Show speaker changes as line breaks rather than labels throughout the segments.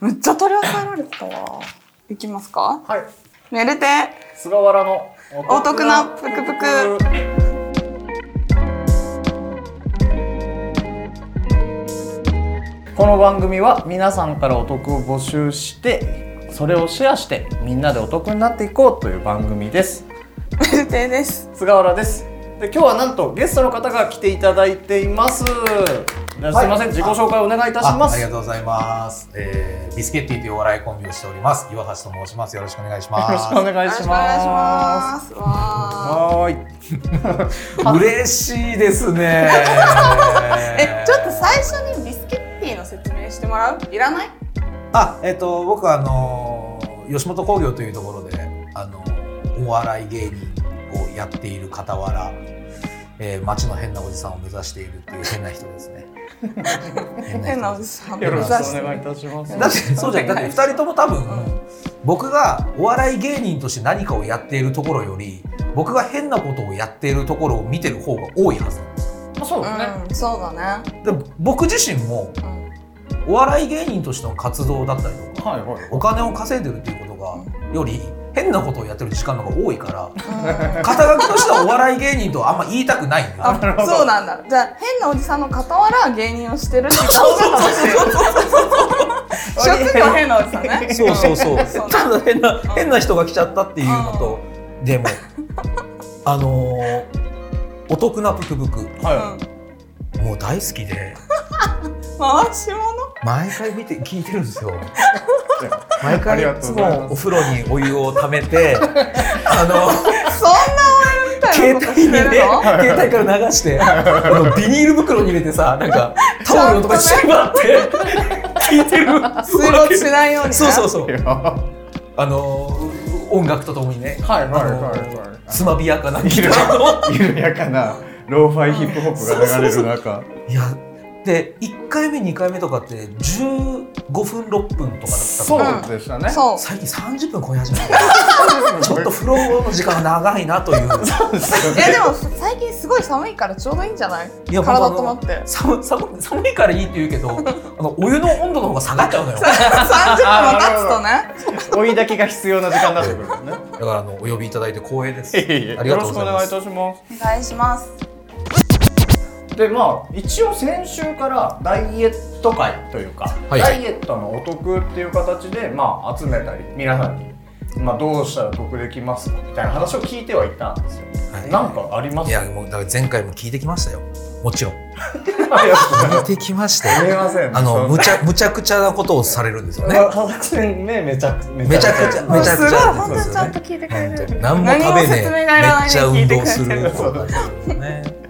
むっちゃ取り押さえられてたわ。いきますか
はい
メルテ
菅原の
お得なぷくぷく
この番組は皆さんからお得を募集してそれをシェアしてみんなでお得になっていこうという番組です
メルテです。。
菅原ですで今日はなんとゲストの方が来ていただいていますじゃあすいません、自己紹介お願いいたし
あ
ま
あ
す
りがとうございます、えービスケッティというお笑いコンビをしております岩橋と申しますよろしくお願いしま
よろしくお
す
願いします
わ
はーい
嬉しいで すね
ーえ、ちょっと最初にビスケッティの説明してもらういらない
あえっ、と僕はあのー吉本興業というところであのお笑い芸人をやっている傍ら、えー、街の変なおじさんを目指しているっていう変な人です ね変
変なおじ
さ
さん。
よろし
く
くお願いいたします
だってそうじゃんだって二人とも多分、
ん
僕がお笑い芸人として何かをやっているところより僕が変なことをやっているところを見てる方が多いはずなんです
あそうだね、
うん、そうだね。
で僕自身も
うん
お笑い芸人としての活動だったりとか
はいはい
お金を稼いでるっていうことがより変なことをやってる時間の方が多いから
うん
肩書きとしてはお笑い芸人とはあんま言いたくないんだよ
あ、そうなんだ。じゃあ変なおじさんの傍ら芸人をしてるってことかもしれ ない。職業変なおじさんね。
そうそうそう。
そう
ただ変な変な人が来ちゃったっていうのと、でもあのーお得なぷくぷく
う
は
ん。
もう大好きで
回し物。
毎回見て聞いてるんですよ。
い、
毎
あり
回い
がと
つ
うございます
もお風呂にお湯をためてあの
そんな俺 みたい
携
なこと
帯
し
に
て
ね
るの？
携帯から流してあのビニール袋に入れてさなんかタオルのとかに縛って聞いてる。
水没しないようにね。。
そうそううそう
い。やは
あの音楽とともにね
いはいは
あの
い
つまびやかなギターの
はい緩やかなローファイヒップホップが流れる中
いやで1回目2回目とかって15分6分とかだったか
そ
ら
うでしたね
そう。
最近30分超え始めてちょっと風呂の時間が長いなとい
い
う
やでも最近すごい寒いからちょうどいいんじゃない？
いや
体
僕
と
あ
思
の
って。
寒寒寒いからいいって言うけどあのお湯の温度の方が下がっちゃうのよだか
三十分も経つとね。
追いだけが必要な時間になってくるんで
らあのお呼びいただいて光栄です
すね
ありがとうございます
よろしくお願いいたし
お
ま
願いします。
すでまあ一応先週からダイエット会というか、
はい
ダイエットのお得っていう形でまあ集めたり皆さんにまあどうしたら得できますかみたいな話を聞いてはいたんですよ、
はい
なんかありま
い
す
やもうだから前回も聞いてきましたよもちろん
ありがと うございます
聞いてきましたよ
見えません。
あの
そん
むちゃむちゃくちゃなことをされるんです よ
な
ね
佐々木さんねめちゃくちゃめ
めちゃくちゃ めちゃくちゃ
もうすごい本当にちゃんと聞いてくれてる。
何も食べねえ
何も説明がいら
め
ない
っちゃ
ね聞
運
いてく
動
れ
す
てる
る
そうだ
ね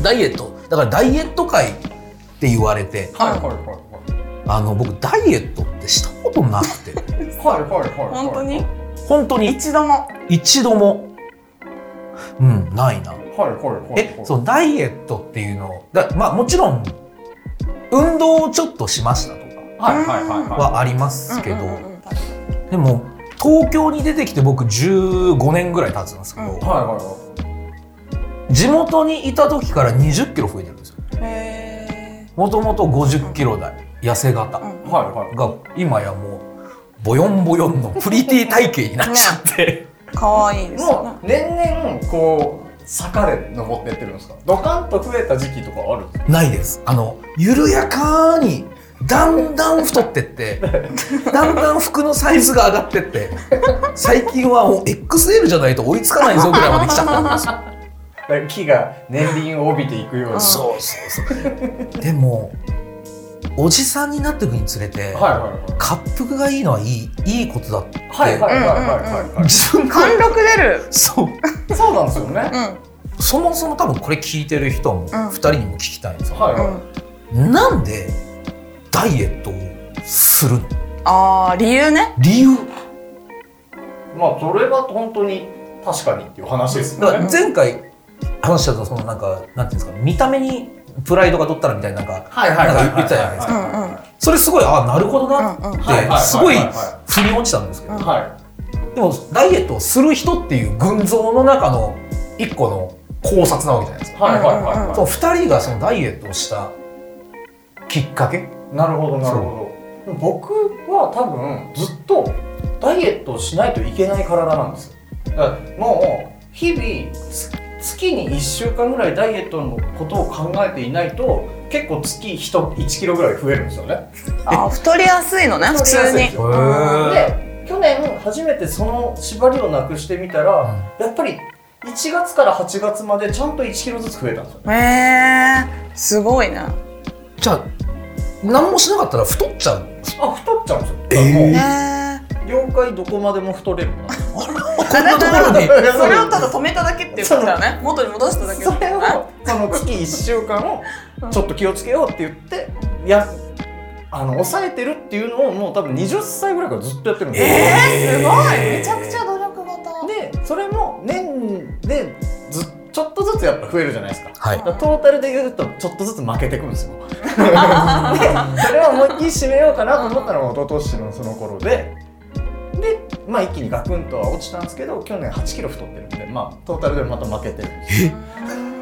ダイエットだからダイエット会って言われて
はいはいはい
あの僕ダイエットってしたことなくて
はいはいはいはい。
本当に
本当に
一度も。
一度もうんないな
はいはいはい。
えそうダイエットっていうのだまあもちろん運動をちょっとしましたと
はいはいはい
か
は
はありますけど、
うんうんうんうん
でも東京に出てきて僕15年ぐらい経つんですけど、
い。はいは
地元にいた時から2 0キロ増えてるんですよ
へ
もともと5 0キロ台痩せ型
ーうん
いはい。はいはい。
が今やもうボヨンボヨンのプリティ体型になっちゃって、
可愛いですよね
も。う年々こう坂で登ってってるんですか。ドカンと増えた時期とかあるんですか。
ないですあの緩やかにだんだん太ってってだんだん服のサイズが上がってって最近はもう XL じゃないと追いつかないぞぐらいまで来ちゃったんですよ
だから木が年輪を帯びていくように。
そ
そうそうそうでもおじさんになっていくにつれて、
はいはいはい。
恰腹がいいのはいいいいことだって、
はいはいはいはいはい。
自分が
貫禄出る。
そう
そうなんですよね。
うん
そもそも多分これ聞いてる人も2人にも聞きたいんですよ、
はいは
う
い。
ん。
なんでダイエットをするの
ああ理由ね。
理由
まあそれは本当に確かにっていう話です
だ
よ
か
ね
ら。前回話したとそのなんかなんていうんですか見た目にプライドが取ったらみたいななんか
はいはいはい
なんか言ってたじゃないです
う
か
んうん
それすごいああなるほどなっ
うんうん。
はいはいはいはい
てすごい腑に落ちたんですけど
うん
はい。
でもダイエットをする人っていう群像の中の一個の考察なわけじゃないですか
はいはいはいはい。
その2人がそのダイエットをしたきっかけ
なるほどなるほど。僕は多分ずっとダイエットをしないといけない体なんですよだからもう日々つ月に1週間ぐらいダイエットのことを考えていないと結構月 1, 1キロぐらい増えるんですよね
あ太りやすいのね普通に
へー
で去年初めてその縛りをなくしてみたらやっぱり1月から8月までちゃんと1キロずつ増えたんですよ
へえすごいな
じゃあ何もしなかったら太っちゃう
あ太っちゃうんですよ、だから
へえ
え
もう妖怪どこまでも太れるな
それを
とこ ろに
ただ止めただけっていうことだよね元に戻しただけ
それをその月1週間をちょっと気をつけようって言ってやあの抑えてるっていうのをもう多分20歳ぐらいからずっとやってるんですよ、
えー、すごいめちゃくちゃ努力型
でそれも年でずちょっとずつやっぱ増えるじゃないですかだ
はい
からトータルで言うとちょっとずつ負けてくんです よでそれを思いっきり締めようかなと思ったのが一昨年のその頃ででまあ一気にガクンとは落ちたんですけど去年8キロ太ってるんでまあトータルでまた負けてる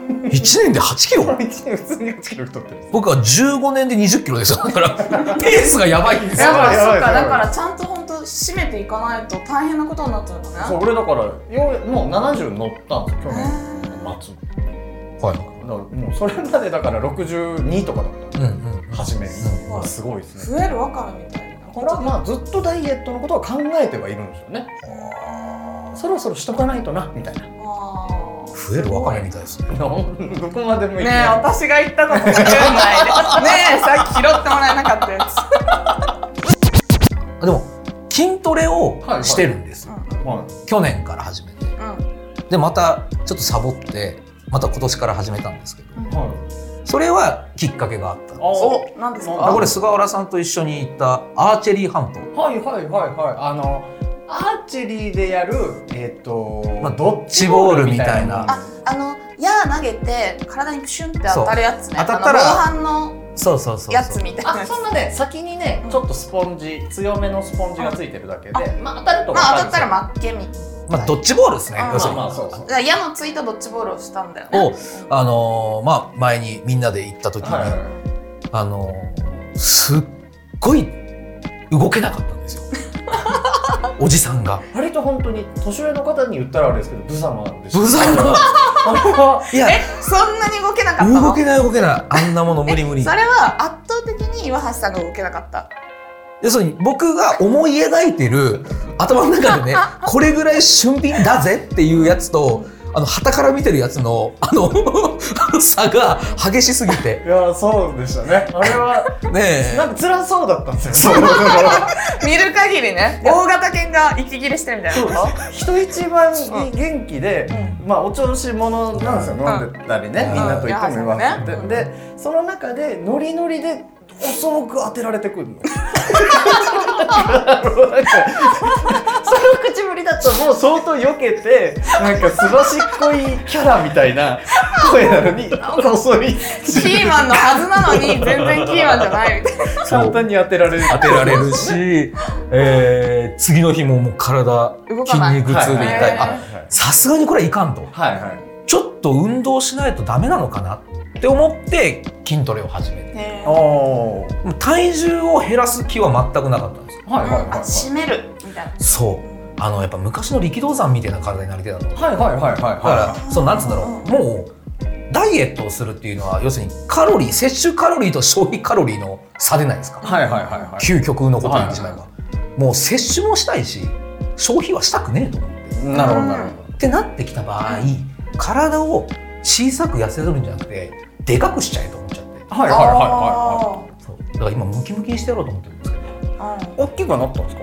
1年で8キロ
一年普通に8キロ太ってる
僕は15年で20キロですよだからペースがやばいんです
だ
よ
からそ
やばいやば
っ
い
かだからちゃんと本当締めていかないと大変なことになっちゃうのね
そう俺だからようやもう70乗ったんですよ去年の末だ
はい
からもうそれまでだから62とかだった
うんうん
初めに
うん
まあすごいですね
増えるわかるみたいな
だからまあずっとダイエットのことは考えてはいるんですよねそろそろしとかないとなみたいな
あー
増えるわかめみたいですね
どこまでもい
ねえ私が言ったこと言うんないでねえさっき拾ってもらえなかったや つ
でも筋トレをしてるんですよ、
は
去年から始めて
うん
でまたちょっとサボってまた今年から始めたんですけど
いはい
それはきっかけがあったんです
お
おなんです
あ
か
あこれ菅原さんと一緒に行ったアーチェリー半島
はいはいはいはいあのアーチェリーでやるえっ、と、
まあドッジボールみたいな
ああの矢投げて体にプシュンって当たるやつね
そう当たったら
あの防犯の
そうそうそう
やつみたいな
あ
やつ
そんなね先にねちょっとスポンジ強めのスポンジがついてるだけでまあ当たると
まあ
わか
当
る
た
ん
っ
です
た
よ
ら負けみ
まあドッジボールですね
あー
要するに
まあまあそうそう
だから矢のついたドッジボールをしたんだよね
をあのーまあ前にみんなで行った時に、
はいはい
あのーすっごい動けなかったん ですよおじさんが
割と本当に年上の方に言ったらあれですけど無様なんですよ
無様
あれはい
や
えそんなに動けなかったの
動けない動けないあんなもの無理無 理
それは圧倒的に岩橋さんが動けなかった
要するに僕が思い描いてる頭の中 でねこれぐらい俊敏だぜっていうやつとあの旗から見てるやつのあの 差が激しすぎて
いやそうでしたねあれは
ね
なんか辛そうだったんですよ
そう
見る限りね大型犬が息切れしてるみたいなこと
人一倍元気で、まあお調子者なんですよ、
うん
飲んでたりね、
うん
みんなと行っても言わせて、
うん
でその中でノリノリで遅く当てられてくる の。なんかその口ぶりだともう相当避けてなんかすばしっこいキャラみたいな声なのになんか遅い
キ ーマンのはずなのに全然キーマンじゃないみたいな
簡単に当てられる
当てられるし、えー次の日ももう体
動か
筋
ない
肉痛で
はい
痛
はい
いあ
は
さすがにこれいかんと
いはい
ちょっと運動しないとダメなのかなって思って筋トレを始めて
へー
おー
もう体重を減らす気は全くなかったんですよ
はいはいはい
あ締めるみたいな
そうあのやっぱ昔の力道山みたいな体になりてえなとだか
はいはいはいはいはい
らそのなんつうんだろうもうダイエットをするっていうのは要するにカロリー摂取カロリーと消費カロリーの差でないですか
はいはいはいはい
究極のことに言ってしまえば、もう摂取もしたいし消費はしたくねえと思って
なるほどなるほど
ってなってきた場合体を小さく痩せるんじゃなくてでかくしちゃえと思っちゃって
はいはいはいは
あ
そうだから今ムキムキにしてやろうと思ってるんですけ
ーうん
ど
いはい大きくはなったんですか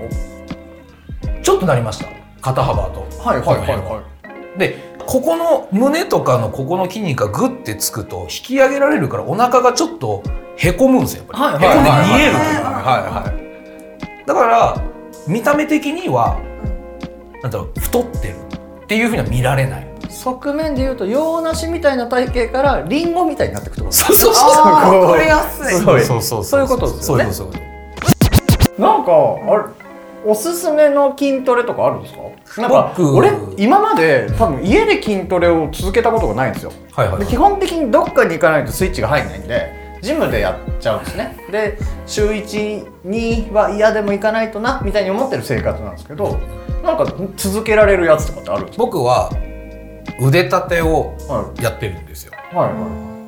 ちょっとなりました肩幅と
はいはいはいはい
でここの胸とかのここの筋肉がグッてつくと引き上げられるからお腹がちょっとへこむんですよやっぱり、
はいはい
へこんで見えるというか
はいはい
だから見た目的にはなんだろう太ってるっていうふうには見られない
側面で言うと洋梨みたいな体型からリンゴみたいになってくってことです
そうそう
あ
す
ー
ごい
取りやすい
すごい
そうそう
そういうことですよね
そういうことそういうこ
なんかあれおすすめの筋トレとかあるんですかなんか
僕
俺今まで多分家で筋トレを続けたことがないんですよ
とはいはい
で基本的にどっかに行かないとスイッチが入んないんでジムでやっちゃうんですねで週12は嫌でも行かないとなみたいに思ってる生活なんですけどなんか続けられるやつとかってあるんです
僕は腕立てを
かは
やってるんですよ
いはいは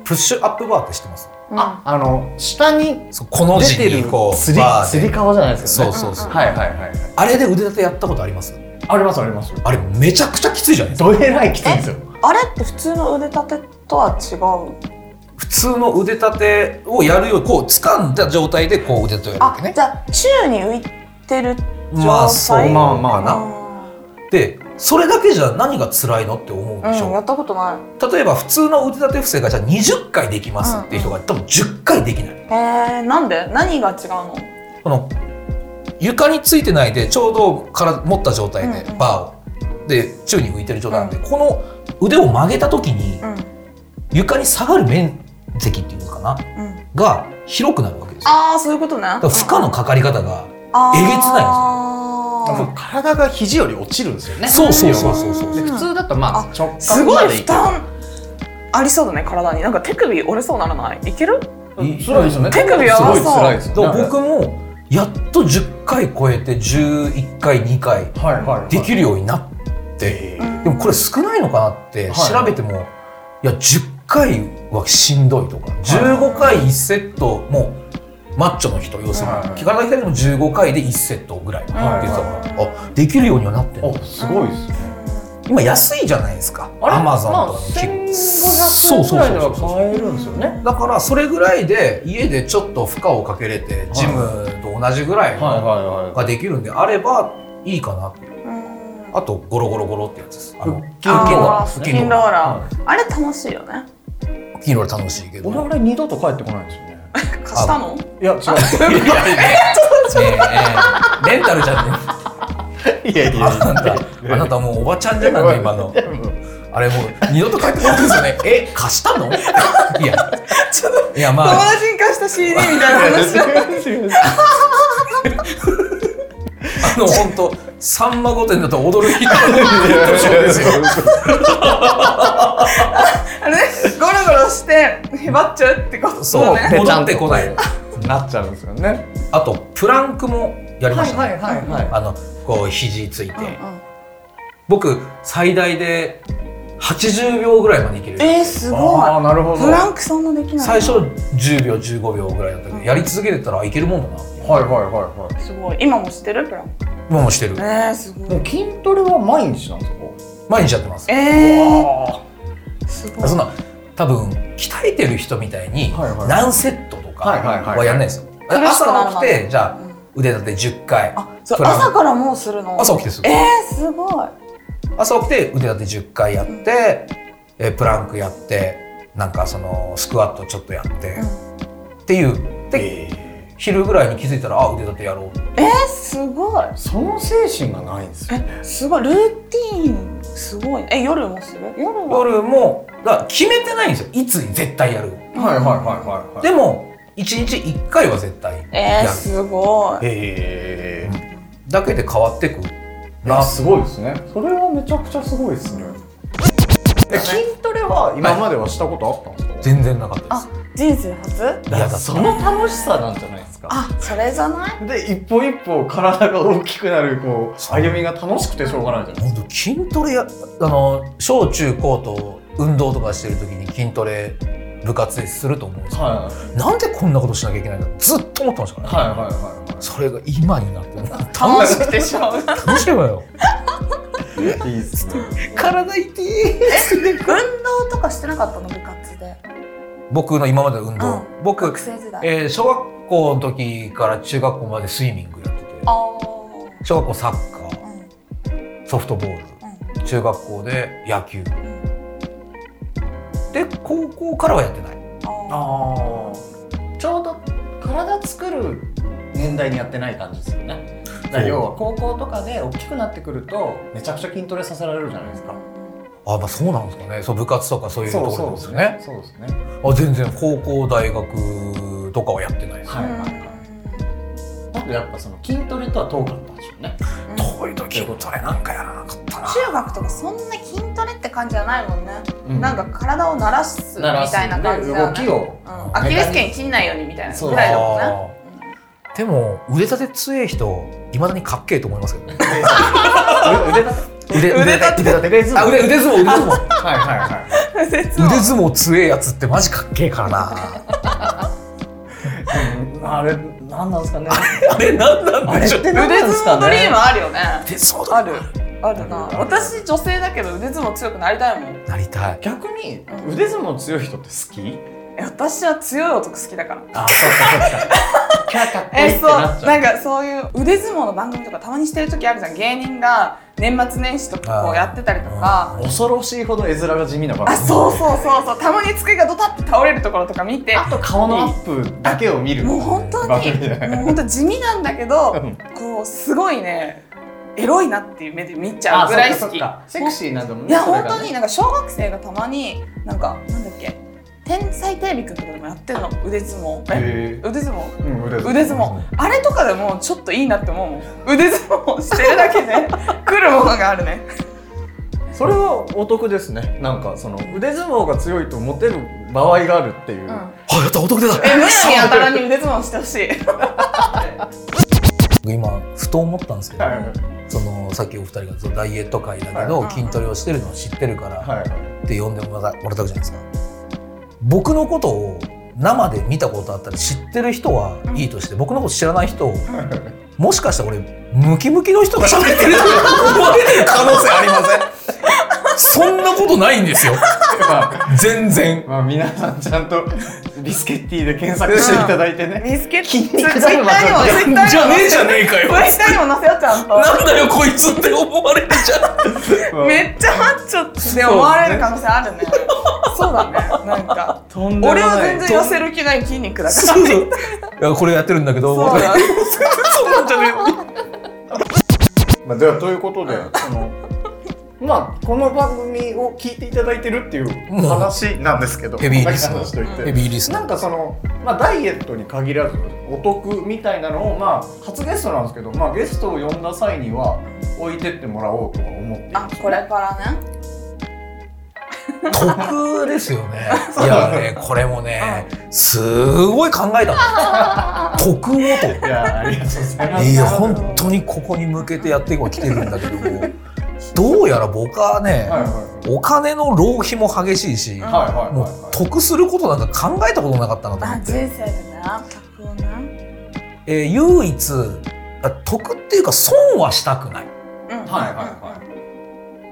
い
プッシュアップバーって知ってます
ああの下に
そうこの
出
字
て
に
る
こう
つり
バー
つ
で
り革じゃないですか
そ
ね
うそうそう
うん
はいはいはいはい
あれで腕立てやったことあります
ありますあります
あれめちゃくちゃきついじゃないですか
どえらいきついんですよ
あれって普通の腕立てとは違う
普通の腕立てをやるよりこう掴んだ状態でこう腕立てをやるわ
あ
けね
じゃあ宙に浮いてる
まあそう
状態
まあまあな
う
でそれだけじゃ何が辛いのって思うでし
ん、うん、や
ょ、
ったことない
例えば普通の腕立て伏せがじゃあ20回できますっていう人が多分10回できない
えー、なんで何が違うの
この床についてないでちょうどから持った状態で
うんうん
バーをで宙に浮いてる状態なんで、この腕を曲げた時に
うん
床に下がる面積っていうのかな
うん
が広くなるわけですよ
ああそういうことね
だから負荷のかかり方が
え
えげつないです
もう体が肘より落ちるんですよね
そうそうそ
要
う
は
そうそう
で
うん
普通だとまあ
あ
直
す
角
ご
ま
い
で
負
行く
担ありそうだね体になんか手首折れそうならないいける
うん辛いですよね
手首
す
合わ
ご
そ
いう辛いです
だ
よ
か
ね
ら僕もやっと10回超えて11回2
は
回
いはいはい
できるようになって、
うん
でもこれ少ないのかなって
はい
調べても、い、や10回はしんどいとか、15回1セットもマッチョの人要するに、
はい
体鍛えても15回で1セットぐらいって言ってたから、あできるようにはなってる
あすごいですね
今安いじゃないですか
あれ
アマゾン
ま
と
あ
かの
1500円ぐらいでは買えるんですよね
だからそれぐらいで家でちょっと負荷をかけれてジムと同じぐらい
はい
の
はいは
ができるんであればいいかなって
うん
あとゴロゴロゴロってやつですあの
腹筋
ローラ
あ
ー
ー腹
腹筋
筋
ロ
ロ
ー
ー
ラ
ラーあれ楽しいよね
いいろいろ楽しいけ
い
ど
俺あれ二度と帰ってこないんですよね
貸したの
いや違う
いやいやねえねえレンタルじゃね
いやい
えあなたあなたもうおばちゃんじゃないの今の あれもう二度と帰ってこないですよねえ貸したのいや
ちょっと
いや
友
まあ
達に貸した CD みたいな話だ
あの本当さんま御殿だと踊る人
あれ ねゴロゴロしてへばっちゃうってこと
そう
ね
戻ってこない
なっちゃうんですよね
あとプランクもやりましたね、
いはいはい
あのこう肘ついて、
うんうん
僕最大で80秒ぐらいまでいける、
えー、すご
あ
い
あなるほど
フランクそんなできない
最初10秒15秒ぐらいだったけど、
うん
やり続けてたらいけるもんだな
はいはいはいはい
すごい今もしてるフランク
今もしてる
えー、すご
も
いう
筋トレは毎日なんですか
毎日やってます
え
あ
ー、すごい
そんな多分鍛えてる人みたいに
はいはい
何セットとか
はいはいはい
はやんないですよ、
苦しくなる
朝起きてじゃあ腕立て10回
あそう
プラン
朝からもうするの
朝起きてする
えー、すごい
朝起きて腕立て10回やって、えプランクやってなんかそのスクワットちょっとやって、
うん
っていうで
え
昼ぐらいに気づいたらあ腕立てやろう
えー、すごい
その精神がないんですよ
えすごいルーティーンすごいえ夜もする夜は
夜もだから決めてないんですよいつに絶対やる
はいはいはいはい
でも1日1回は絶対や
えー、
る、
すごい
ええ
だけで変わってくな
あすごいですねそれはめちゃくちゃすごいですねえ筋トレは今まではしたことあったんですか
全然なかった
あ人生初
ですいやだって
の楽しさなんじゃないですか
あそれじゃない
で一歩一歩体が大きくなるこう歩みが楽しくてしょうがないじゃない
本当筋トレやあの小中高と運動とかしてる時に筋トレ部活ですると思うんですよ、
はい
なんでこんなことしなきゃいけないのずっと思ってましたからね、
はいはいはいは
それが今になってる
楽しくてしょう がない
楽しいわよ
いいいですね
体痛い
運動とかしてなかったの部活で
僕の今までの運動、
う
僕
学、生時代
えー小学校の時から中学校までスイミングやってて
あー
小学校サッカー
うん
ソフトボール中学校で野球
うんうん
で高校からはやってない
あ
ああちょうど体作る年代にやってない感じですよねだから要は高校とかで大きくなってくるとめちゃくちゃ筋トレさせられるじゃないですか
ー
あまあそうなんですかねそう部活とかそういうところですよね
そうですね
あ全然高校大学とかはやってないです
はいはいはい
うん
多分やっぱその筋トレとは遠かったんでしょうね
遠い時トレなんかやらなかったな
中学とかそんな筋トレって感じじゃないもんね、
うん
なんか体を慣らすみ
なら
たいな感じだよ
動
ね
きを
うんアキレス腱切んないようにみたいな
そう
ぐらいだもんね
でも腕立て強い人いまだにかっけえと思いますけ どね
腕立
腕
て腕立て腕立て
あ腕腕相撲腕相撲
はいはいはい
腕相撲強えやつってマジかっけえからな
うんあれなんなんですかね。
あれなんな
あ
ん
れ
で
っ
しょう
てなん
腕
なんです
相
か
撲ドリーム
ね。
あるよね
腕相撲
あ
だ
るあるな私女性だけど腕相撲強くなりたいもん
なりたい
逆に腕相撲強い人って好き？
え私は強い男好きだから
あ、そうかそうか。キャーかっこいい
え
って
そう
なっちゃ
な
う。
んかそういう腕相撲の番組とかたまにしてる時あるじゃん芸人が年末年始とかこうやってたりとか
恐ろしいほど絵面が地味な場
あ
合。
そうそうそうそうたまに机がドタって倒れるところとか見て
あと顔のアップだけを見る。
もう本当に
番組じゃない
もう本当地味なんだけ
う
ど
ん
こうすごいねエロいなっていう目で見ちゃうぐらい好き。
あそっかそっかセクシーなんだもん
い
ね。
や
それ
本
が
当に
ね。
なんか小学生がたまになんかなんだっけ天才テレビくんとかでもやってるの腕相撲え
へ
腕相撲
ーうん腕
腕相撲あれとかでもちょっといいなって思うもん腕相撲してるだけ で来るものがあるね
それはお得ですね。なんかその腕相撲が強いとモテる場合があるっていうう。
ん
あやったお得だ
えむやみやたらに腕相撲してほし い
今ふと思ったんですけど、
はい
そのさっきお二人がそうダイエット会だけど、
はい
筋トレをしてるのを知ってるから、
はいはい。
って呼んでもらったもらったわけじゃないですか僕のことを生で見たことあったり知ってる人はいいとして、僕のこと知らない人をもしかしたら俺ムキムキの人が喋って ると思われてる可能性ありませんそんなことないんです よ
まあ
全然
まあ皆さんちゃんとビスケッティで検索していただいてね。
ビスケットツイッ
肉
ター
だ
に
る
も
ま
ツイッターにも
じゃねえじゃねえかよ
ツイッターにも載せようちゃんと
なんだよこいつって思われるじゃ ん
めっちゃハッチョって思われる可能性あるね。そうだね。なんか。
とんでもな
俺
い。
は全然痩せる気ない筋肉だから。
そうそういやこれやってるんだけど
そうだね。
そうなんじゃね
まあではということで、そのまあこの番組を聞いていただいてるっていう話なんです けど、
ヘビーリスナー
こんだけ話しといて。
ヘビーリスナー
なんかその、まあ、ダイエットに限らずお得みたいなのを、まあ、初ゲストなんですけど、まあ、ゲストを呼んだ際には置いてってもらおうとは思っていま
あ
す、
これからね。
得ですよね。 いやね、これもね、すごい考えたの。得を
いやありがとうございま
と。
す
いや、本当にここに向けてやっては来てるんだけども、どうやら僕はね、
はいはいはい
お金の浪費も激しいし、
ん
はいはい
も
はい、は
う
い
得することなんか考えたことなかったなと思
あ
っ
人生
て。
でね。客をね。
えー唯一、あ得っていうか損はしたくない。
うん。
はいはいは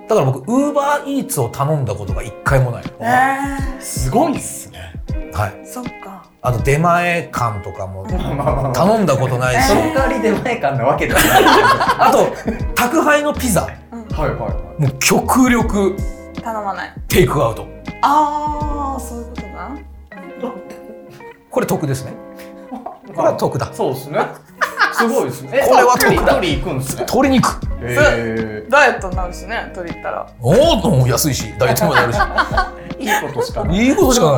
い。
だから僕、ウーバーイーツを頼んだことが一回もない。
え
すごいっすね。
はい。
ー、そっか。
あと、出前館とかも
まあまあまあ。
頼んだことないし
そ、の代わり出前館なわけではない。
あと、宅配のピザ。
うん。
はいはいは
もう極力
頼まない。
テイクアウト
ああ、そういうことな。
これ得ですね
い。
これは得だ
そうですね。すごいですね。え
これは得
取り
だ
取り行くんですね。
鶏肉
え
ダイエットになるしね。取り入ったら。
おおも安いしダイエットもやるし
えいいことしかない。
いいことしか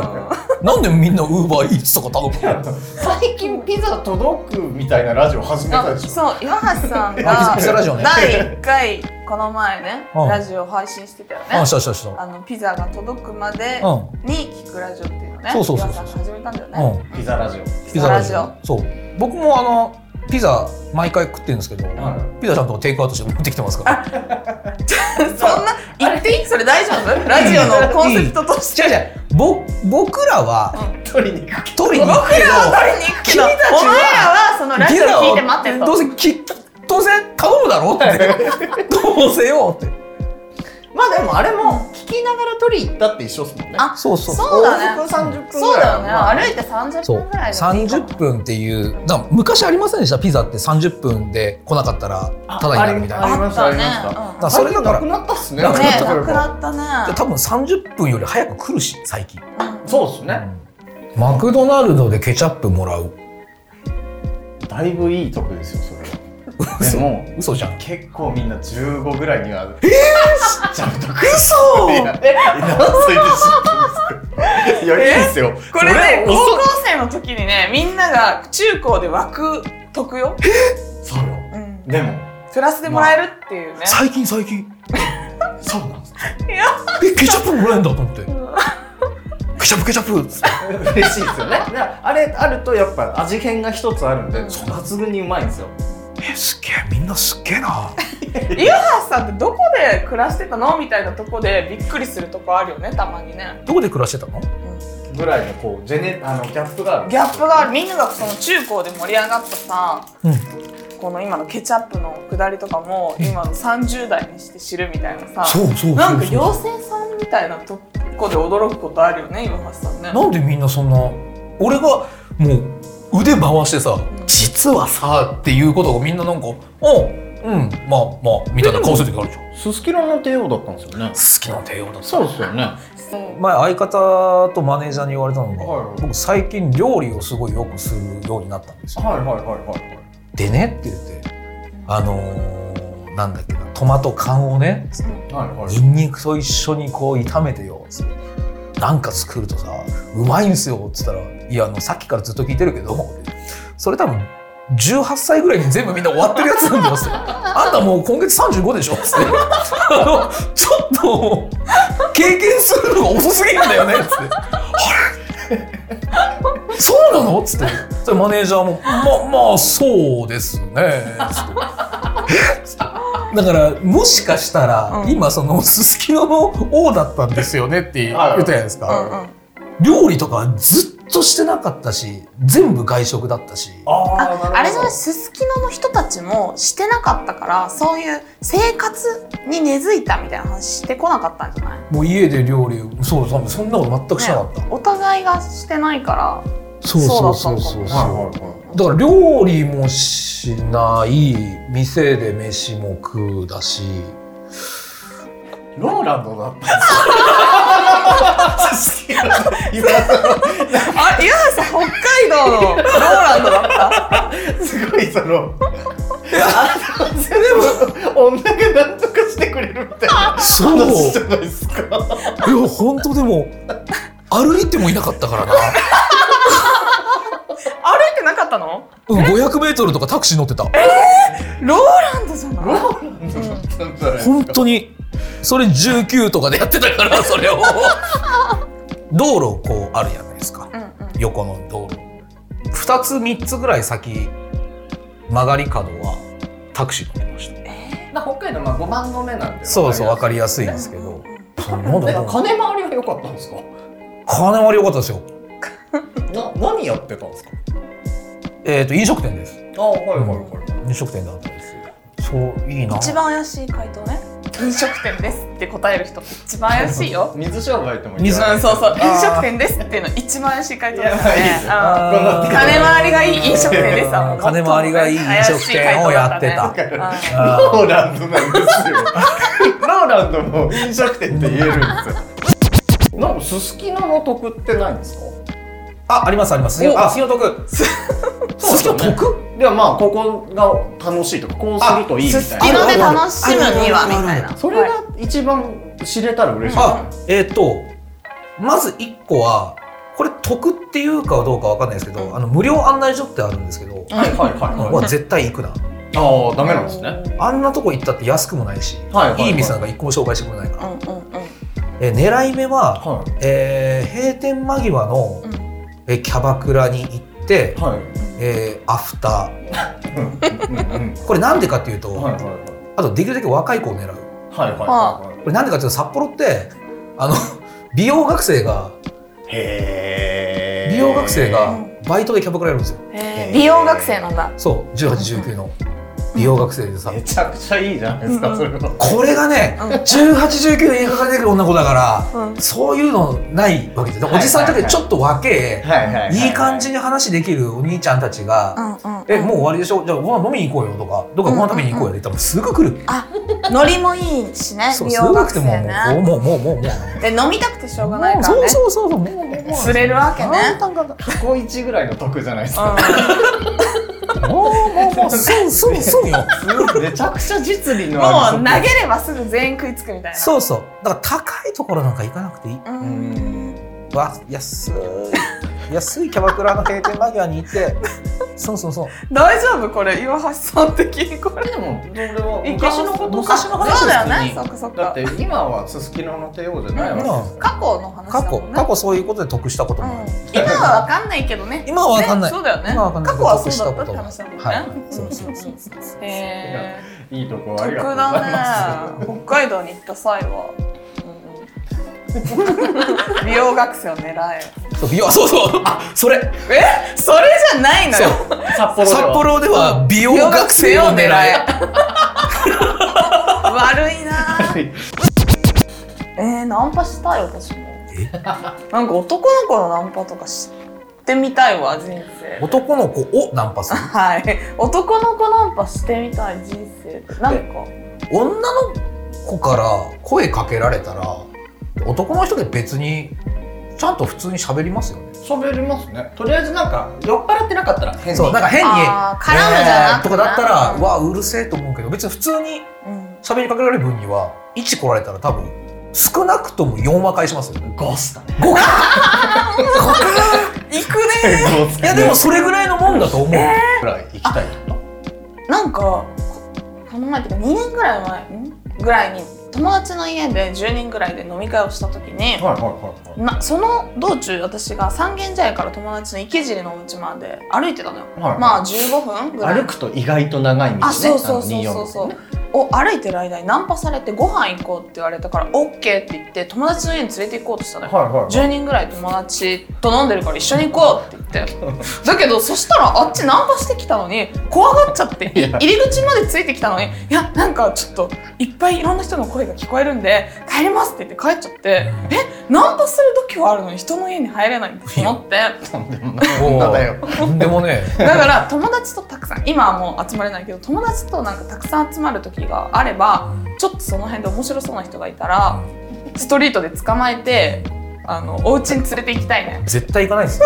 ないなんでみんなウーバーイーツとか頼むの
最近ピザ届くみたいなラジオ始めた
あ
でしょ。
そう岩橋さん
あ
が
ピザラジオね
第1回この前ね
うん
ラジオ配信してたよね
あしたしたした
あのピザが届くまで
う
に聞くラジオっていうのね、
そうそうそう
岩さんが始めたんだよね、
うん
ピザラジオ。
ピザラジオ
そう僕もあのピザ毎回食ってるんですけど、
は
ピザちゃんとテイクアウトして持ってきてますから
そんな言っていいそれ大丈夫ラジオのコンセプトとして
違う違うぼ僕らは
取りに行く。
鶏
僕
肉
らは取りに行くけどお
君
前
たち
ら
は
はそのラジ
ピ
オ
ザを
聞いて待ってと
どうせきどうせ頼むだろって どうせよって
まあでもあれも聞きながら取り行ったって一緒ですもんね。
あ
そうそう
そうだね
往復30分
そう
ぐらい
だ
は
よね、
まあ
歩いて30
そう
分ぐらいでもいいかも
30分っていうなんか昔ありませんでしたピザって30分で来なかったらただになるみたい
あ
な
あった
あり
ね
ましたありま
あ
う
それだから
最近なくなったっすね。
なく
ん
な
ね
った
えなく
な
なったね
多分30分より早く来るし最近
そうですね。
マクドナルドでケチャップもらう
だいぶいいとこですよそれは。でも
嘘じゃん
結構みんな15ぐらいには知っちゃうとか。
嘘
いやえ何歳で知 ってるんですか。いやいいですよ。
これ
そ
ね
れ
高
遅
校生の時にねみんなが中高で湧く得よ、
そうよ
うん、
でも
プラスでもらえるっていうね、
最近最近そうなんです
いや
えケチャップもらえんだと思って
ん
ケチャップケチャップっつって
嬉しいですよねだからあれあるとやっぱ味変が一つあるんで
うん
抜群にうまいんですよ
えすげえみんなすっげえな
井原さんってどこで暮らしてたのみたいなとこでびっくりするとこあるよねたまにね
どこで暮らしてたの
ぐらいのこうジェネあのギャップがある
ギャップがあるみんながその中高で盛り上がったさ
うん
この今のケチャップのくだりとかも今の30代にして知るみたいなさ
そうそうそうそう
なんか妖精さんみたいなとこで驚くことあるよね井原さんね
なんでみんなそんな俺がもう腕回してさ「実はさ」っていうことをみんななんか「おううんまあまあ」みたいな顔する時あるじゃん好
すすきのの帝王だったんですよね
きな帝王だ
そうですよね
うん
前相方とマネージャーに言われたの
は
が、
いはい
僕最近料理をすごいよくするようになったんですよ。
はいはいはい
でねって言ってあのーなんだっけなトマト缶をね
はいはいはい
ニンニクと一緒にこう炒めてよつってなんか作るとさうまいんすよっつったら「いやあのさっきからずっと聞いてるけどそれ多分18歳ぐらいに全部みんな終わってるやつなんだよ」つって「あんたもう今月35でしょ」つって「あのちょっと経験するのが遅すぎるんだよね」つって「あれそうなの?」つってそれマネージャーも「ままあそうですね」つって。だからもしかしたら、
うん
今そのすすきのの王だったんですよねって言ったじゃないですか、
うんうん
料理とかずっとしてなかったし全部外食だったし
あーなるほ
あ
ど
あれじゃないすすきのの人たちもしてなかったからそういう生活に根付いたみたいな話してこなかったんじゃない
もう家で料理そう多分そんなこと全くしなかった、
お互いがしてないから
そうそ
そうう
そ
そうう
そ
そうう
はい
だ
はいはい
から料理もしない店で飯も食うだし
ローランドだったんですよ
あ岩橋さん北海道のローランドだった
すごいそのでも女が何とかしてくれるみたいな
そう
話じゃないですか
いや本当でも歩いてもいなかったからな、
歩いてなかったの
うん、500m とかタクシー乗ってた
ローランドじゃない
本当にそれ19とかでやってたからそれを道路こうあるじゃないですか
うんうん
横の道路2つ3つぐらい先曲がり角はタクシー乗ってました
まあ北海道まあ5番の目なんで
そうそう分かりやすいんで
ですす
け
け
ど
ど
なんだ
なんか金回りは良かったんですか
金割り良かったですよ
な何やってたんですか
えっ、と飲食店です
あはいはいい
飲食店だったんですそういいな
一番怪しい回答ね飲食店ですって答える人一番怪しいよ
水商売とも
水
うんそうそう
あー
飲食店ですっていうの一番怪しい回答ですね
いやいいですよ
うん
あー
金回りがいい飲食店です
あー 金回りがいい飲食店をやって
怪
た
しい回答だったね
あー
ローランドなんですよローランドも飲食店って言えるんですよなんかすすきのの得ってないんですか
あありますあります
お
あ好きの得
そうですよねではまあここが楽しいとかこうするといいみたい
好き
な
ので楽しむにはみたいな
それが一番知れたら嬉しいですね
あ、えっ、と、まず1個は、これ得っていうかどうかわかんないですけど、あの無料案内所ってあるんですけど、
はいはいはい
僕
はい
は絶対行くな。
ああダメなんですね
あんなとこ行ったって安くもないし、
はいはいはい
い店なんか一個も紹介してくれないから。
うんうんうん
えー狙い目は、
は
えー閉店間際の
う、ん
えーキャバクラに行って
い、はい
えーアフター。
うんうんうん
これなんでかっていうと、
はいはい
あとできるだけ若い子を狙う。
はいはいはいはい
これなんでかっていうと、札幌って、あの、 美容学生が、
へえ
美容学生がバイトでキャバクラやるんですよ。
えー美容学生なんだ
そう、18、19の美容学生でさ
め、ちゃくちゃいいじゃないですか、
うん
それは
これがね、
うん
18、19で映画から出てくる女の子だから、
うん
そういうのないわけですよ。おじさんだけちょっと若え、
はいはいはい
いい感じに話できるお兄ちゃんたち
う
が、
んうん
え、もう終わりでしょじゃあご飯飲みに行こうよとか、どっかご飯食べに行こうよって言ったら、もうすぐ来る。
あノリもいいしね
そう、
美
す
容
ぐ来
学
て
生
もう、
ね
もう、もう、もう、もう、もう。
で飲みたくてしょうがないから
そう
ね
そうそうそう、もう、もう、もう。
釣れるわけね
簡単簡単
過去一ぐらいの得じゃないですか、
もう、もう、もう、そう、そう、そうよ。
めちゃくちゃ実利
うん
のあ
も
る
う投げればすぐ全員食いつくみたいな
そうそう。だから高いところなんか行かなくていい。
う
うんん
わ安い安いキャバクラの閉店間際にいてそうそうそう
大丈夫これ岩橋さん的これ
でも俺は
意見
昔のこと
昔の話です
そうだよ
普
ね
通
そ
に
っかそっ
だ
か
って今はすすきのの帝王じゃないわけ
今
過去の話
過
だ
去
もんね
過去そういうことで得したこともあ
う
る、
ん今はわかんないけどね
今はわかんない
ねそうだよね
今はわかんない
過去はそうだったって話だもんね、
はい
そうそうそうへー
いいとこあり
得
がとうござい
だ
ま
ね北海道に行った際は、うん美容学生を狙え
そう美容そうそうあそれ
えそれじゃないの
そう
よ
す札幌で
札
は
幌では美容
美容
学生を狙え
悪いなぁえー、ナンパしたい私も
え
なんか男の子のナンパとか知ってみたいわ人生
男の子をナンパす る
はい男の子ナンパしてみたい人生ってなんか
女の子から声かけられたら男の人で別にちゃんと普通に喋りますよね
喋りますねとりあえずなんか酔っ払ってなかったら変に
そうなんか変に
あー絡むじゃなくて
とかだったら
うん
うわうるせえと思うけど別に普通に
うん
喋りかけられる分には1来られたら多分少なくとも4話返しますよね
ゴスだね
行くね
ゴス
いやでもそれぐらいのもんだと思う、
ぐらい行きたいとか
なんかこの前っていうか2年ぐらい前んぐらいに友達の家で10人ぐらいで飲み会をした時に
はいはいはい
なその道中私が三軒茶屋から友達の池尻のお家まで歩いてたのよ、
はい
まあ15分ぐらい
歩くと意外と長い道ね
あそうそうそう
あの
そうそ
24
う、を歩いてる間にナンパされてご飯行こうって言われたから OK って言って友達の家に連れて行こうとしたのよ、
はいはいはい
10人ぐらい友達と飲んでるから一緒に行こうって 言ってだけどそしたらあっちナンパしてきたのに怖がっちゃって
い
い
や
入り口までついてきたのにいやなんかちょっといっぱいいろんな人の声が聞こえるんで帰りますって言って帰っちゃってえナンパする時はあるのに人の家に入れないんだと思って
とんでもない女だよ
でもね
だから友達とたくさん今はもう集まれないけど友達となんかたくさん集まる時があればちょっとその辺で面白そうな人がいたらストリートで捕まえてあのお家に連れて行きたいね
絶対行かないですよ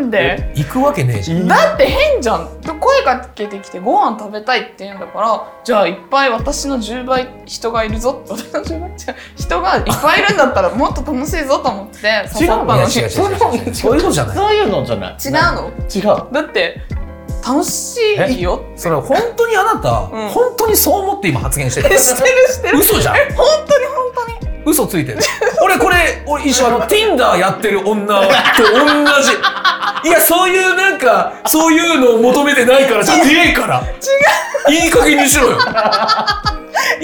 なんで
行くわけねえじゃん
だって変じゃん声かけてきてご飯食べたいって言うんだからじゃあいっぱい私の10倍人がいるぞ私の10倍違う人がいっぱいいるんだったらもっと楽しいぞと思って誘ったのに
違
違
う違う違う違うそういうのじゃな い
そういうのじゃないう
の
違う
だって楽しいよ
それは本当にあなた、
うん
本当にそう思って今発言して
っ
る
て してるしてる
嘘じゃん
え本当に本当に
嘘つい てる俺これ俺一緒あの Tinder やってる女と同じいやそういうなんかそういうのを求めてないからじゃねえから違ういい加減にしろよい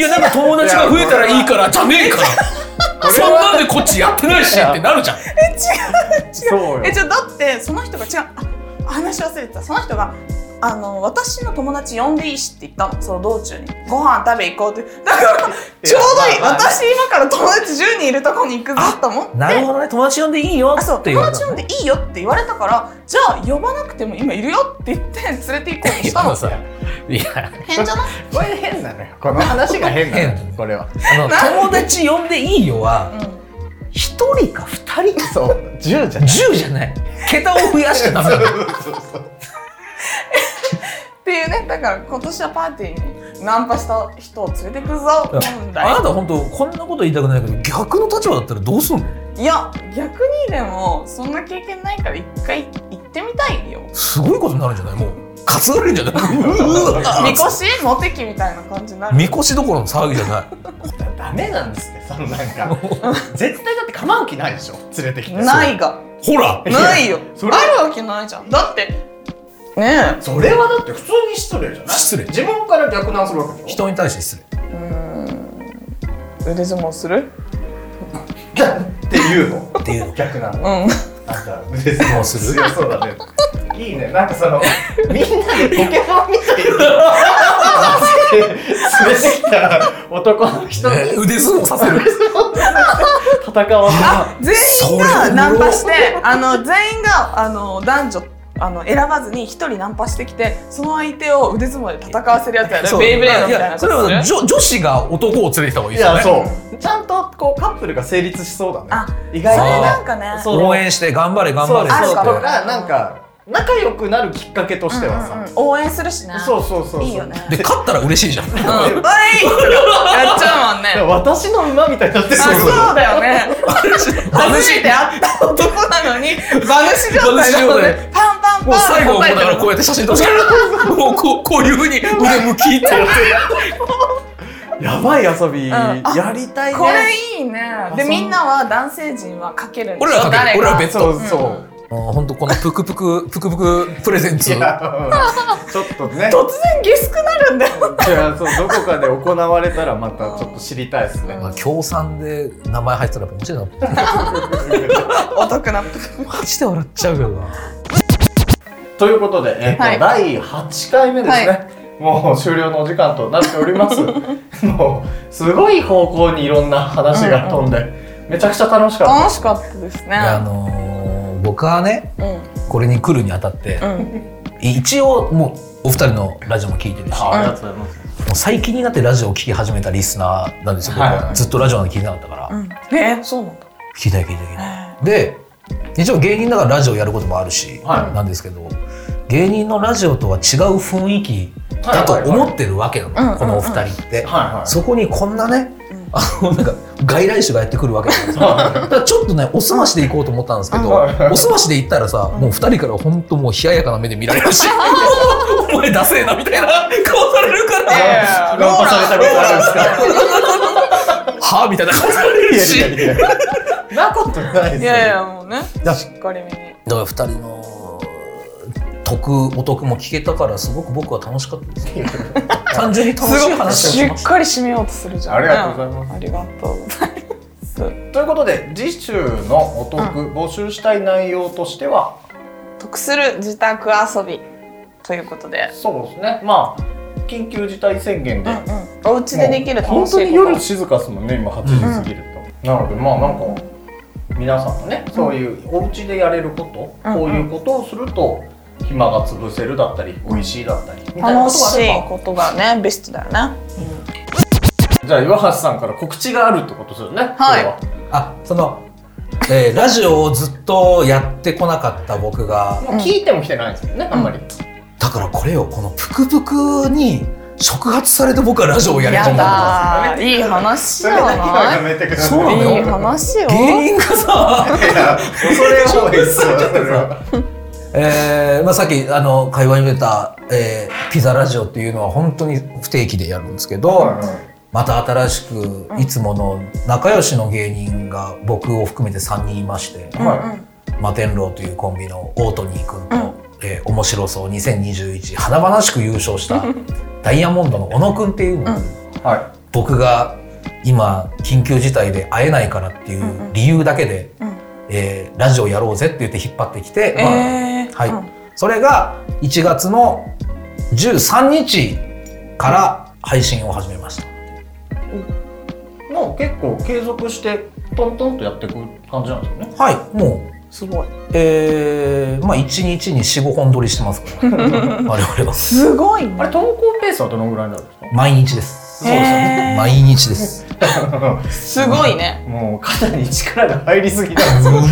やなんか友達が増えたらいいからじゃねえからそんなんでこっちやってないしってなるじゃん
そうよ
えじゃあだってその人が違うあ話し忘れてたその人があの私の友達呼んでいいしって言ったのその道中にご飯食べ行こうってだからちょうどいい
まあまあ
私今から友達10人いるとこに行くぞと思って
なるほどね友達呼んでいいよ
あそう
って言
友
われ
達
た
呼んでいいよって言われたからじゃあ呼ばなくても今いるよって言って連れて行こうとしたの
さいや
変じゃない
これ変なのよこの話が変なのよこれは
あの友達呼んでいいよは
う
一人か二人
そう10じゃない
10じゃない桁を増やしちゃダメだ
んっていうねだから今年はパーティーにナンパした人を連れてくぞ問題
あなた本当こんなこと言いたくないけど逆の立場だったらどうすんの
いや逆にでもそんな経験ないから一回行ってみたいよ
すごいことになるんじゃないもう担がれるんじゃないうわ
みこしモテ期みたいな感じになる
みこしどころの騒ぎじゃない
ダメなんですってそのなんか絶対だって構う気ないでしょ連れてきて
ないが
ほら
ないよ
それ
あるわけないじゃんだってね
それはだって普通に失礼じゃない
失礼
自分から逆難するわけでしょ
人に対して失礼
えうーん腕相撲する
だって言うの
っていう
逆なの
うん
なんか腕相
撲
撲
す
す
る
る強そうだねいいねなんかそのみんな でポケモンみたいに連れてきた男の人に
ね腕相撲さ せる
戦わな
全員
そ
が
れ
ナンパしてあの全員があの男女あの選ばずに一人ナンパしてきてその相手を腕相撲で戦わせるやつやるベイブレードみたいな
やそれは女女子が男を連れてきた方がい
い
いですよ
や
ね
そうちゃんとこうカップルが成立しそうだ
あ
ね意
それ
外と
なんかね
そう
応援して頑張れ頑張れ
そう
そう
そう
と
あるかも
っ
かなんか仲良くなるきっかけとしては
う
さ、
んうんうん応援するしね
そうそうそうそう
いいよね
てで勝ったら嬉しいじゃん
うん、おいやっちゃうもんね
いや。 私の馬みたいになってる
あ、そうだよね。初めて会った男なのに、馬主状態だもん
馬主状
ね。パンパン
もう最後はもうだからこうやって写真撮ってもうこうこういうふうに腕向きってやって
やばい遊び、
んあ
やりたいね
これいいねで
そう
みんなは男性陣はかけるんです
俺らはかける
誰
俺らは
が
別
そう
うん
そう、
本当このプクプクプクプクプレゼンツ
いやうんちょっとね
突然ゲスくなるんだよ
いやそうどこかで行われたらまたちょっと知りたいですね
うん
協賛で名前入ってたらやっぱ面白いな
お得な
マジで笑っちゃうけどな
ということで、えっと
はい
第8回目ですね、もう終了のお時間となっており ますもうすごい方向にいろんな話が飛んで、めちゃくちゃ楽しかった
楽しかったですね
いやあのー僕はね
うん
これに来るにあたって
うん
一応もうお二人のラジオも聞いてるし
あありがとうございます、
もう最近になってラジオを聴き始めたリスナーなんですよ僕
はいは
はいずっとラジオなんて聞いてなかったから、
うんえーそうなんだ
聞いたよ聞いたよ聞いたよ
え
で一応芸人だからラジオやることもあるし、
はい
なんですけど芸人のラジオとは違う雰囲気だと思ってるわけなの、
はいはいはい
このお二人って、
はいはい
そこにこんなね
うん
あのなんか外来種がやってくるわけなんですよだからちょっとねおすましで行こうと思ったんですけど、
うん
おすましで行ったらさ、もう二人から本当もう冷ややかな目で見ら れるしお前ダセえなみたいな顔されるから。
や
論破されたことあるんですか
はあみたいな感じになれるし
いやいやいやなことないですよ
ーいやいやもうね
だ
しっかりめに
だから2人の得お得も聞けたからすごく僕は楽しかったです単純に楽しい話を
し
しま
っ
し
かり締めようとするじゃん
ありがとうございます
ねありがとうございます
ということで次週のお得、募集したい内容としては
得する自宅遊びということで、
そうですねまあ緊急事態宣言
う
で、
んうん、お家でできる楽
本
し
当
い
に
こ
夜
と
静かですもんね今8時過ぎると、なのでまあなんか皆さんもねそういうお家でやれるこ
う
と、
ん
こういうことをすると暇が潰せるだったり美味しいだったりみたいなこ
楽
と
しい
がね
ことがねベストだよね
じゃあ岩橋さんから告知があるってことですよね
はい
こ
たあその、えーラジオをずっとやってこなかった僕が
れはもう聞いても来てないんですけどね、あんまり
だからこれをこのプクプクに触発されて僕はラジオをやり
や
込んだ
だーいい話じゃない
めてく
そうなの
いい話よ
んだ芸人がさ、
恐れ多いですよそれは
えーまあ、さっきあの会話に出た、えーピザラジオっていうのは本当に不定期でやるんですけど、また新しくいつもの仲良しの芸人が僕を含めて3人いまして、
うんうん
摩天楼というコンビのオートニー君と、
うん
えー面白そう2021華々しく優勝したダイヤモンドの小野君っていうのを、
うん
は
僕が今緊急事態で会えないからってい
んう
うん理由だけで、
うん
えーラジオやろうぜって言って引っ張ってきて、まあ
えー
はい
うん
それが1月の13日から配信を始めました。
いもう結構継続してトントンとやっていく感じなんですよね
はい、もう
すごい
えー、まあ1日に45本撮りしてますから我 々は
すごい
あれ
ね
投稿ペースはどのぐらいになるんですか
毎日です
へーそうですよね
毎日です
すごいね
もう肩に力が入り すぎたんですよ。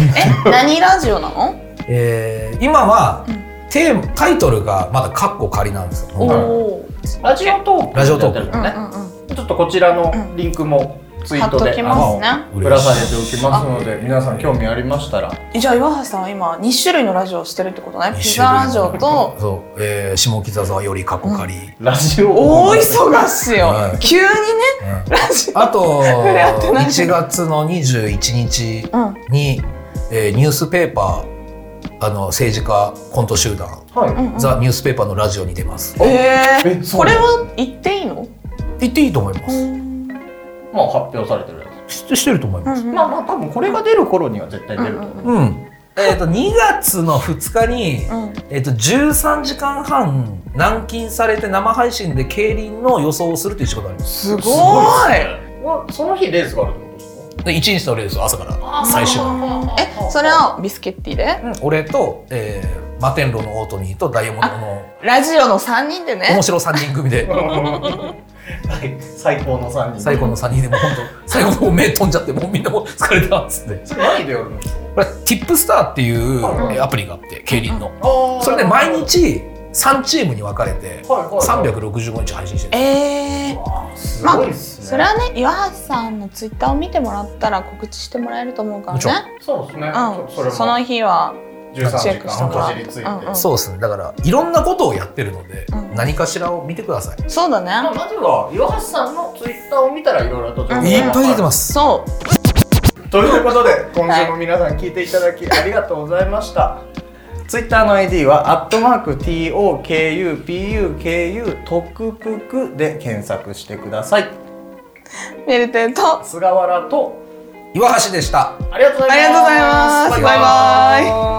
え何ラジオなの
えー、今は
うん
テーマタイトルがまだカッコ仮なんですよ
お
ん
お
ラジオトーク。
ラジオトーク
やってる
ーうんう
のね。
んうん
ちょっとこちらのリンクもツイート
貼っ
で
とき
あの
ますね
ぶら下げておきますので、皆さん興味ありましたら。
じゃあ岩橋さんは今2種類のラジオをしてるってことね
二
ピ
種
ザ
類
ラジオと
そう、えー、下北沢よりカッコ仮、
ラジオ。
大忙しよ、
はい
急にね
うん
ラジ
あと
触れ合ってない
1月の21日
オうん
に、えーニュースペーパーあの政治家コント集団、
は
うん
ザ・ニュースペーパーのラジオに出ます
えー
えそう
これは言っていいの
言っていいと思います
い。もう発表されてるや
知してると思います、
つ。まあまあ多分これが出る頃には絶対出ると
うん
思う。
うん。えっ、と2月の2日に、
うん
えっ、と13時間半軟禁されて生配信で競輪の予想をするという仕事があります。
すごい
わその日レースがあるってことですか。
で1日のレースを朝から最終まで
えそれはビスケッティで
うん俺と、えー、摩天楼のオートニーとダイヤモンドの
ラジオの3人でね
面白3人組で
はい最高の三人。
最高の。3人でもう本当最後の方目飛んじゃってもうみんなもう疲れたっつって
それ何でやるんですか。
これ「ティップスター」っていう
うん
えーアプリがあって競輪の
あ
それで毎。日3チームに分かれて
はいはいはい
365日配信してるんです
えー
あーすごいですね。
それはね岩橋さんのツイッターを見てもらったら告知してもらえると思うから
もちろ
ね
そうですね。
うん
それも
その日は
13
チ
時
ェックした
間
のは
こじりついて、
うんうん
そうですねだからいろんなことをやってるので、
うん
何かしらを見てください
そうだ
ま
ね
あまずは岩橋さんのツイッターを見たらいろいろと情報が
うん
いっぱい出てますす
そう
ということで 今週も皆さん聞いていただきありがとうございました、ツイッターの ID は「アットマーク #TOKUPUKU トクプク」で検索してください
メルテンと
菅原と
岩橋でした
ありがとうご
あ
ざいます
りがとうございます
バイバ
バイ
バイ